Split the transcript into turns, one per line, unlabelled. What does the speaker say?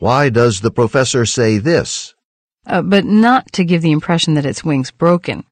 Why does the professor say this?
uh, but not to give the impression that its wing's broken.